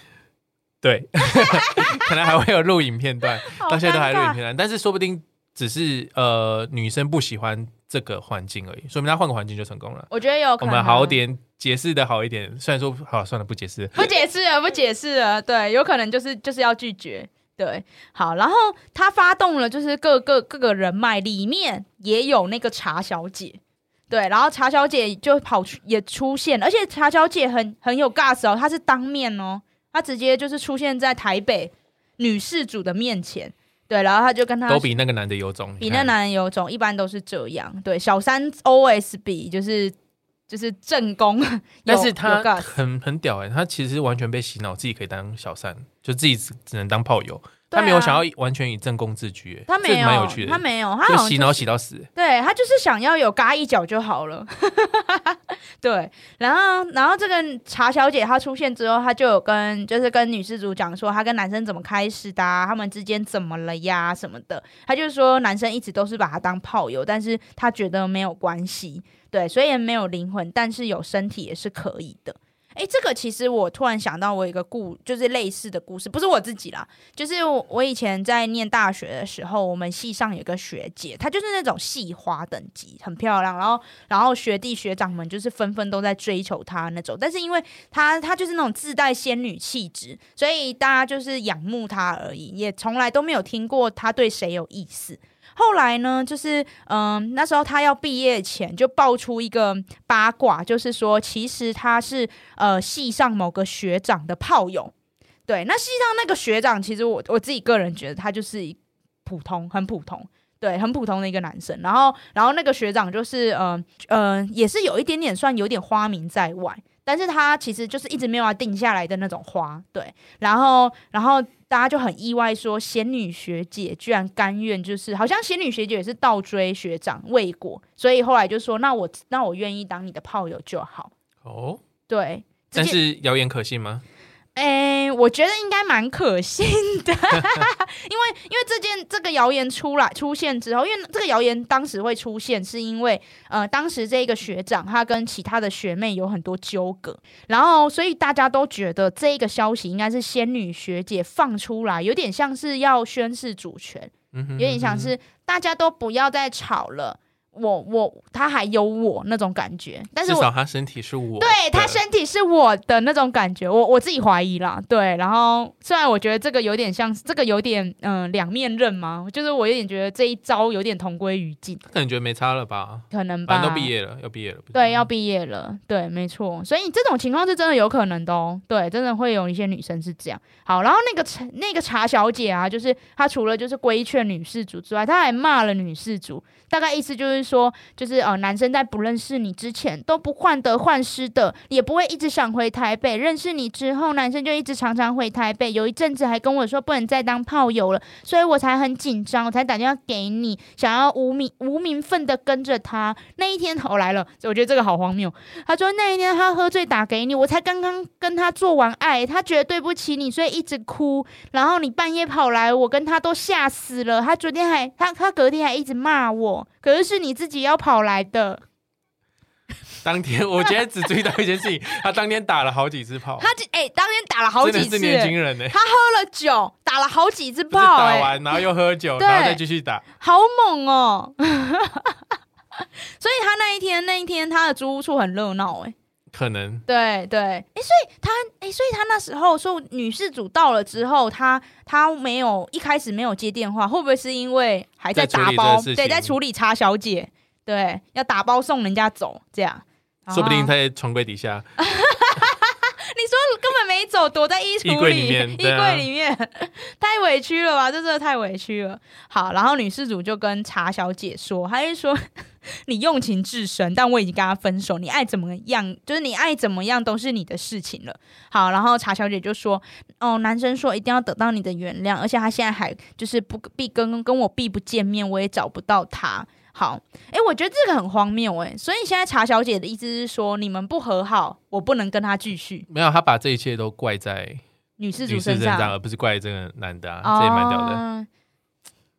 B: 对， *laughs* 可能还会有录影片段，
C: 好
B: 到现在都还
C: 尴
B: 录影
C: 尬
B: 片段，但是说不定只是呃女生不喜欢这个环境而已，说明她换个环境就成功了。
C: 我觉得有可
B: 我
C: 能。哦
B: 们好点解释的好
C: *laughs*
B: 一点，虽然说好算了不解释了，
C: 不解释了，不解释了，对，有可能就是就是要拒绝。对，好，然后他发动了，就是各个各个人脉里面也有那个茶小姐，对，然后茶小姐就跑去也出现，而且茶小姐很很有 gas 哦，她是当面哦，她直接就是出现在台北女事主的面前，对，然后她就跟她
B: 都比那个男的有种，
C: 比
B: 你
C: 那
B: 看
C: 男人有种，一般都是这样，对，小三 always 比就是就是正宫，有
B: 但是
C: 有
B: 他
C: gas
B: 很很屌哎、他其实完全被洗脑，自己可以当小三，就自己只只能当炮友，
C: 对啊
B: 他没有想要完全以正宫自居、欸，
C: 他
B: 这
C: 没
B: 蛮有趣的，
C: 他没有，他好
B: 就
C: 像
B: 洗
C: 就
B: 脑
C: 是
B: 洗到死，
C: 对他就是想要有嘎一脚就好了， *laughs* 对。然后，然后这个茶小姐她出现之后，她就有跟就是跟女施主讲说，她跟男生怎么开始的、啊，他们之间怎么了呀什么的。她就说男生一直都是把她当炮友，但是她觉得没有关系，对，虽然没有灵魂，但是有身体也是可以的。诶，这个其实我突然想到，我有一个故，就是类似的故事，不是我自己啦，就是我我以前在念大学的时候，我们系上有个学姐，她就是那种系花等级，很漂亮。然后，然后学弟学长们就是纷纷都在追求她那种。但是因为她她就是那种自带仙女气质，所以大家就是仰慕她而已，也从来都没有听过她对谁有意思。后来呢，就是嗯、那时候她要毕业前就爆出一个八卦，就是说其实她是呃系上某个学长的炮友。对，那西藏那个学长，其实我我自己个人觉得他就是一普通，很普通，对，很普通的一个男生。然后，然后那个学长就是，呃呃，也是有一点点算有点花名在外，但是他其实就是一直没有要定下来的那种花，对。然后，然后大家就很意外说，仙女学姐居然甘愿，就是好像仙女学姐也是倒追学长未果，所以后来就说，那我那我愿意当你的炮友就好，
B: 哦，
C: 对。直
B: 但
C: 接
B: 是谣言可信吗？
C: 诶，我觉得应该蛮可信的，因 *laughs* 为因为这件这个谣言出来出现之后，因为这个谣言当时会出现，是因为呃，当时这个学长他跟其他的学妹有很多纠葛，然后所以大家都觉得这一个消息应该是仙女学姐放出来，有点像是要宣示主权，
B: 嗯哼，
A: 有
B: 有
A: 点像是大家都不要再吵了，我我他还有我那种感觉，但是
B: 至
A: 我
B: 少他身体是我的，
A: 对他身体是我的那种感觉，我我自己怀疑啦。对，然后虽然我觉得这个有点像，这个有点嗯、呃两面刃嘛，就是我有点觉得这一招有点同归于尽，
B: 可能觉得没差了吧，
A: 可能
C: 嗯
A: 吧。
B: 反正都毕业了，要毕业了，不是
A: 对，
B: 吗
A: 要毕业了，对，没错，所以这种情况是真的有可能的哦，对，真的会有一些女生是这样。好，然后那个茶那个茶小姐啊，就是她除了就是规劝女事主之外，她还骂了女事主，大概意思就是说，就是呃，男生在不认识你之前都不患得患失的，也不会一直想回台北。认识你之后，男生就一直常常回台北，有一阵子还跟我说不能再当炮友了，所以我才很紧张，我才打电话给你，想要无名无名份的跟着他。那一天我来了，我觉得这个好荒谬。他说那一天他喝醉打给你，我才刚刚跟他做完爱，他觉得对不起你，所以一直哭。然后你半夜跑来，我跟他都吓死了。他昨天还他他隔天还一直骂我，可是是你自己要跑来的。
B: 当天 *laughs* 我今天只注意到一件事
C: *laughs*
B: 情，他当天打了好几次炮，
C: 他这诶，当天打了好
B: 真
C: 几
B: 的是
C: 次，
B: 年轻
C: 喝
B: 人呢、欸，
C: 了酒，打了好几次
B: 不是
C: 炮、哎
B: 打
C: 诶。
B: 完然后又喝酒，
C: 欸对
B: 然后再继续打，
C: 好猛哦！ *laughs* 所以他那一天，那一天他的租屋处很热闹哎，
B: 可能
C: 对对，哎、所以他哎、所以他那时候说女事主到了之后，他他没有一开始没有接电话，会不会是因为还在
B: 在
C: 打
B: 处理这
C: 包
B: 个事，情
C: 对，在处理茶小姐，对，要打包送人家走这样，
B: 说不定
C: 啊
B: 他在床柜底下，
C: 你说
B: *laughs*
C: 根本没走，躲在衣橱
B: 衣柜里面
C: 衣
B: 对啊
C: 柜里面， *laughs* 太委屈了吧？这真的太委屈了。好，然后女事主就跟茶小姐说，她就说 *laughs* 你用情至深，但我已经跟他分手，你爱怎么样，就是你爱怎么样都是你的事情了。好，然后茶小姐就说，哦，男生说一定要得到你的原谅，而且他现在还就是不避跟跟我避不见面，我也找不到他。好，诶，我觉得这个很荒谬诶，所以现在茶小姐的意思是说，你们不和好，我不能跟他继续。
B: 没有，他把这一切都怪在
C: 女事
B: 女
C: 主
B: 士
C: 身
B: 身
C: 上，
B: 上，而不是怪这个男的、啊，这也蛮屌的。
C: 哦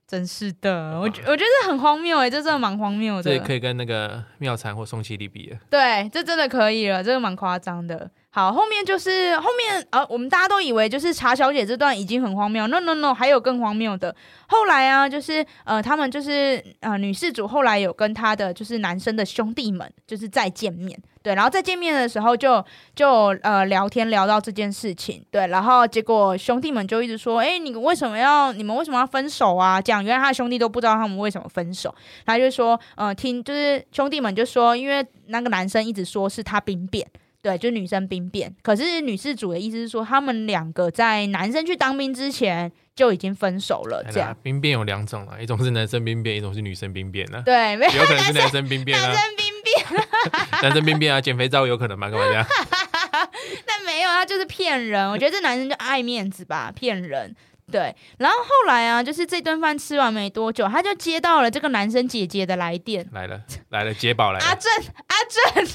C: 真是的，我觉我觉得这很荒谬哎、这真的蛮荒谬的。
B: 这也可以跟那个妙禅或宋七力比了，
C: 对，这真的可以了，这个蛮夸张的。好，后面就是后面呃，我们大家都以为就是茶小姐这段已经很荒谬，no no no，还有更荒谬的。后来啊，就是呃，他们就是呃，女事主后来有跟她的就是男生的兄弟们就是再见面，对，然后再见面的时候就就呃聊天聊到这件事情，对，然后结果兄弟们就一直说，哎，你为什么要你们为什么要分手啊？这样，原来他的兄弟都不知道他们为什么分手，他就说，呃，听就是兄弟们就说，因为那个男生一直说是他兵变。对，就女生兵变。可是女事主的意思是说，他们两个在男生去当兵之前就已经分手
B: 哎
C: 了，这样。
B: 兵变有两种啦，一种是男生兵变，一种是女生兵变 *laughs* 啦。
C: 对， *laughs* 没有
B: 有可能是男生兵变
C: 男
B: 啊，
C: 生兵变，
B: 男生兵变啊，减肥皂有可能吧？干嘛这样？ *laughs*
C: 但没有，他啊就是骗人。我觉得这男生就爱面子吧，啊骗人。对，然后后来啊，就是这顿饭吃完没多久，他就接到了这个男生姐姐的来电，
B: 来了来了，捷宝来
C: 阿
B: 了，
C: 正，阿正，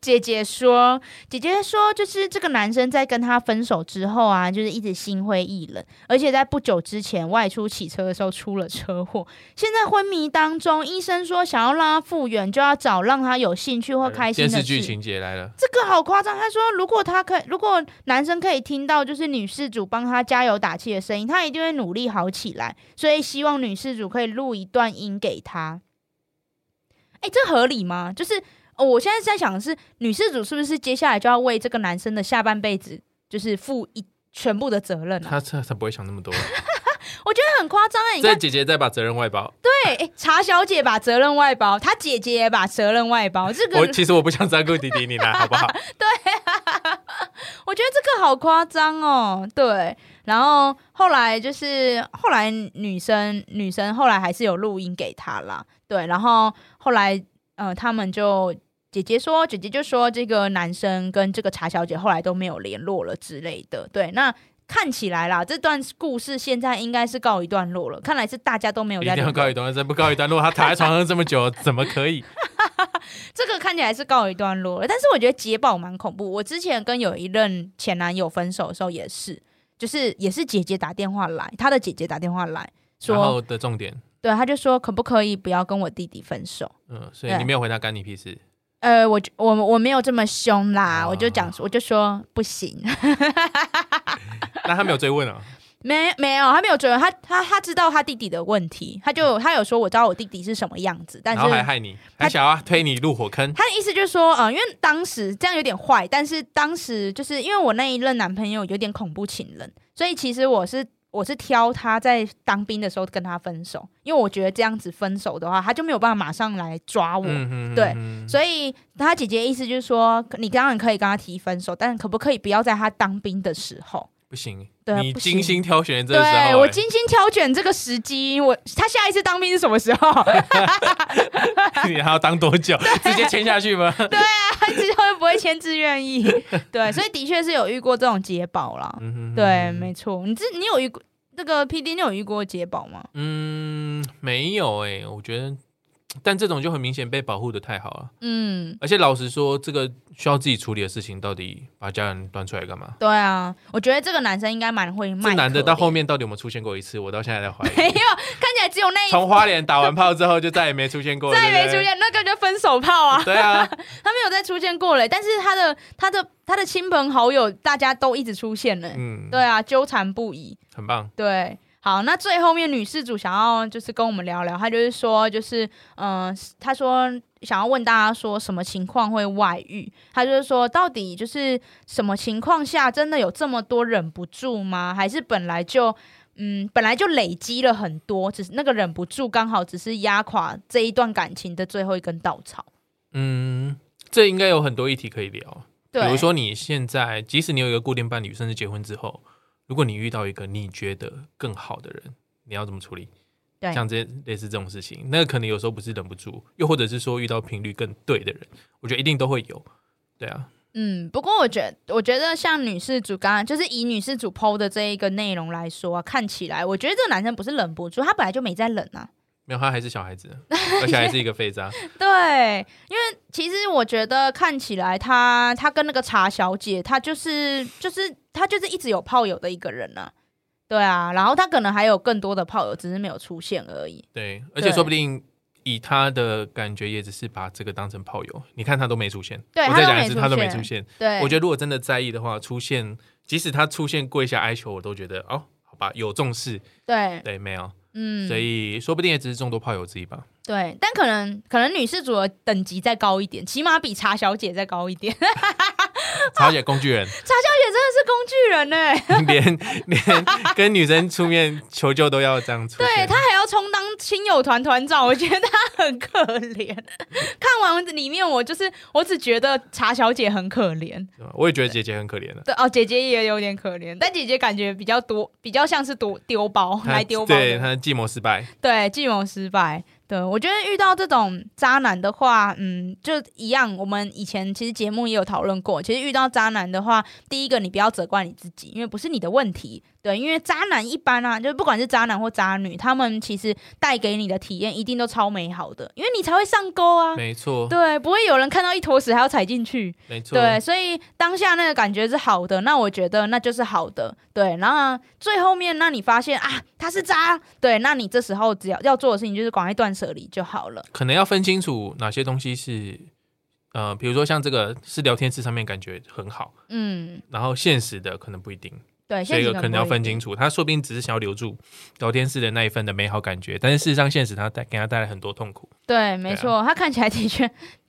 C: 姐姐说，姐姐说，就是这个男生在跟她分手之后啊，就是一直心灰意冷，而且在不久之前外出骑车的时候出了车祸，现在昏迷当中。医生说，想要让他复原，就要找让他有兴趣或开心
B: 电
C: 的
B: 视剧
C: 事。
B: 情节来了，
C: 这个好夸张，他说，如果他可以，如果男生可以听到就是女事主帮他加油打气的声音，他一定会努力好起来。所以希望女事主可以录一段音给他。哎、这合理吗？就是、哦、我现在在想的是，女事主是不是接下来就要为这个男生的下半辈子就是负一全部的责任啊？
B: 他他他不会想那么多，
C: 我觉得很夸张哎！你
B: 这
C: 看，
B: 姐姐在把责任外包。
C: 对，哎、茶小姐把责任外包，她姐姐也把责任外包，这个
B: 我其实我不想照顾弟弟你
C: *laughs*
B: 啦，好不好？
C: 我觉得这个好夸张哦，对。然后后来就是后来女生女生后来还是有录音给他啦，对。然后后来呃，他们就姐姐说，姐姐就说这个男生跟这个茶小姐后来都没有联络了之类的，对。那看起来啦，这段故事现在应该是告一段落了，看来是大家都没有
B: 一
C: 在
B: 定
C: 联
B: 要
C: 络
B: 告一段落，再不告一段落，他躺在床上这么久，怎么可以？
C: 这个看起来是告一段落了，但是我觉得捷宝蛮恐怖。我之前跟有一任前男友分手的时候也是，就是也是姐姐打电话来，他的姐姐打电话来
B: 然
C: 说，
B: 后的重点，
C: 对，他就说可不可以不要跟我弟弟分手？
B: 嗯，所以你
C: 对
B: 没有回答干你屁事，
C: 呃，我就我我没有这么凶啦，
B: 哦
C: 我就讲我就说不行， *laughs*
B: 那他没有追问啊？
C: 没没有，他没有追问，他他他知道他弟弟的问题，他就他有说我知道我弟弟是什么样子，但
B: 然
C: 是
B: 后还害你，还想要推你入火坑，
C: 他的意思就是说，呃，因为当时这样有点坏，但是当时就是因为我那一任男朋友有点恐怖情人，所以其实我是我是挑他在当兵的时候跟他分手，因为我觉得这样子分手的话，他就没有办法马上来抓我。
B: 嗯嗯，
C: 对
B: 嗯
C: 所以他姐姐的意思就是说，你当然可以跟他提分手，但可不可以不要在他当兵的时候？
B: 不行，
C: 对啊
B: 你
C: 不行
B: 精心挑选这个时
C: 对
B: 候，
C: 我
B: 哎
C: 精心挑选这个时机，我他下一次当兵是什么时候？
B: *laughs*
C: *laughs*
B: 你还要当多久？直接签下去吗？
C: 他之后会不会签字愿意？对，所以的确是有遇过这种捷宝啦。
B: 嗯哼
C: 对，没错。你这你有遇过那个 P D，你有遇过捷宝吗？
B: 嗯，没有哎、我觉得，但这种就很明显被保护的太好了。
C: 嗯，
B: 而且老实说，这个需要自己处理的事情，到底把家人端出来干嘛？
C: 对啊，我觉得这个男生应该蛮会卖。
B: 这男的到后，面到底有没有出现过一次？我到现在
C: *laughs*
B: 在怀
C: 没有，
B: 疑。
C: 看起来只有那一
B: 从花脸打完炮之后，就再也没出现过了，
C: 再也没出
B: 对不对。
C: 现，那个就分手炮啊，
B: 对啊，
C: 他没有再出现过了。但是他的他的他的亲朋好友，大家都一直出现了。
B: 嗯，
C: *laughs* 对，啊，纠缠不已。
B: 很棒。
C: 对，好，那最后面女事主想要就是跟我们聊聊，她就是说，就是嗯、呃她说想要问大家说什么情况会外遇，她就是说到底就是什么情况下真的有这么多忍不住吗？还是本来就嗯本来就累积了很多，只是那个忍不住刚好只是压垮这一段感情的最后一根稻草。
B: 嗯，这应该有很多议题可以聊。比
C: 对，
B: 如说你现在，即使你有一个固定伴侣，甚至结婚之后，如果你遇到一个你觉得更好的人，你要怎么处理？
C: 对
B: 像这类似这种事情，那可能有时候不是忍不住，又或者是说遇到频率更对的人，我觉得一定都会有。对啊，
C: 嗯，不过我觉得，我觉得像女事主刚刚就是以女事主 PO 的这一个内容来说、啊，看起来我觉得这个男生不是忍不住，他本来就没在忍啊。
B: 没有他还是小孩子，而且还是一个废渣。
C: 对，因为其实我觉得看起来他他跟那个茶小姐，他就是就是他就是一直有炮友的一个人啊。对啊，然后他可能还有更多的炮友，只是没有出现而已。
B: 对，而且说不定以他的感觉，也只是把这个当成炮友。你看他都没出现，
A: 对
B: 我
A: 他
B: 再
A: 都
B: 讲
A: 没
B: 一次，
A: 出
B: 他都没
A: 现
B: 出现。
C: 对，
B: 我觉得如果真的在意的话，出现即使他出现跪下哀求，我都觉得哦，好吧，有重视，
C: 对，
B: 对，没有，
C: 嗯，
B: 所以说不定也只是众多炮友之一吧。
C: 对，但可能可能女士组的等级再高一点，起码比茶小姐再高一点。茶小 *laughs*
B: 曹姐工具人，
C: 姐真的是工具人呢、欸
B: 连连跟女生出面求救都要这样出
C: 对
B: 现。
C: 她还要充当亲友团团长， *laughs* 我觉得她很可怜。 *laughs* 看完里面，我就是我只觉得茶小姐很可怜。
B: 对吧我也觉得姐姐很可怜的、
C: 对哦，姐姐也有点可怜，但姐姐感觉比较多，比较像是丢丢包
B: 她
C: 来丢包
B: 对
C: 的，
B: 她计谋失败，
C: 对，计谋失败。对，我觉得遇到这种渣男的话，嗯，就一样。我们以前其实节目也有讨论过，其实遇到渣男的话，第一个你不要责怪你自己，因为不是你的问题。对，因为渣男一般啊，就是不管是渣男或渣女，他们其实带给你的体验一定都超美好的，因为你才会上钩啊。
B: 没错，
C: 对，不会有人看到一坨屎还要踩进去。
B: 没错，
C: 对，所以当下那个感觉是好的，那我觉得那就是好的。对，然后最后面，那你发现啊，他是渣，对，那你这时候只要要做的事情就是赶快断舍离就好了。
B: 可能要分清楚哪些东西是，呃，比如说像这个是聊天室上面感觉很好，
C: 嗯，
B: 然后现实的可能不一定，
C: 对，
B: 这
C: 现
B: 个
C: 实
B: 可能要分
C: 楚。
B: 清楚。他说不定只是想要留住聊天室的那一份的美好感觉，但是事实上现实他带给他带来很多痛苦。
C: 对，没错，
B: 啊
C: 他看起来的确，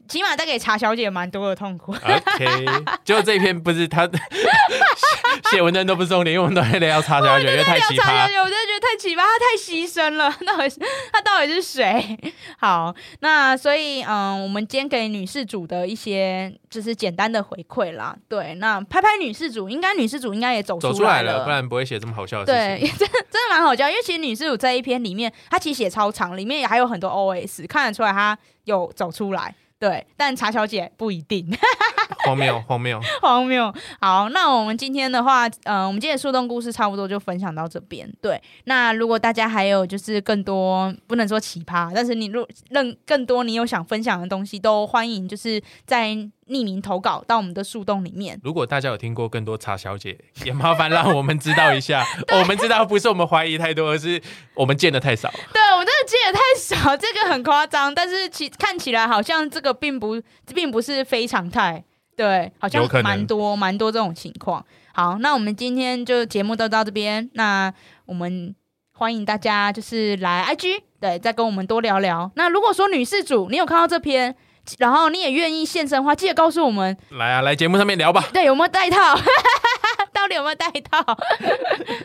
C: 起码带给茶小姐蛮多的痛苦。
B: OK，就 *laughs* 这一篇不是他写文章都不是重点，因为我们都在聊叉小姐，因为太奇
C: 茶小
B: 葩。
C: 姐，我真的觉得太奇葩，她太牺牲了。 *laughs* 那我她到底是谁？好，那所以嗯，我们今天给女事主的一些就是简单的回馈啦。对，那拍拍女事主，应该女事主应该也走
B: 走出
C: 来
B: 来了，不然不会写这么好笑的
C: 对
B: 事，情。
C: 真 *laughs* 真的蛮好笑，因为其实女事主在一篇里面，她其实写超长，里面也还有很多 OS，看得出来她有走出来。对，但茶小姐不一定。
B: 荒谬，荒谬。
C: *laughs* 荒谬。好，那我们今天的话，呃，我们今天的树洞故事差不多就分享到这边。对，那如果大家还有就是更多不能说奇葩，但是你如任更多你有想分享的东西，都欢迎就是在匿名投稿到我们的树洞里面。
B: 如果大家有听过更多茶小姐，也麻烦让我们知道一 *laughs* 下。我们知道不是我们怀疑太多，而是我们见的太少。
C: 对，我们真的记得太少，这个很夸张，但是其看起来好像这个并不并不是非常态。对，好像
B: 有可能
C: 蛮多蛮多这种情况。好，那我们今天就节目都到这边，那我们欢迎大家就是来 IG 对，再跟我们多聊聊。那如果说女事主你有看到这篇，然后你也愿意现身的话，记得告诉我们，
B: 来啊，来节目上面聊吧。
C: 对有没有带套， *laughs* 到 *laughs* 底有没有带套？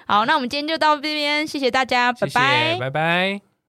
C: 好，那我们今天就到这边，谢谢大家，
B: 谢谢，拜拜。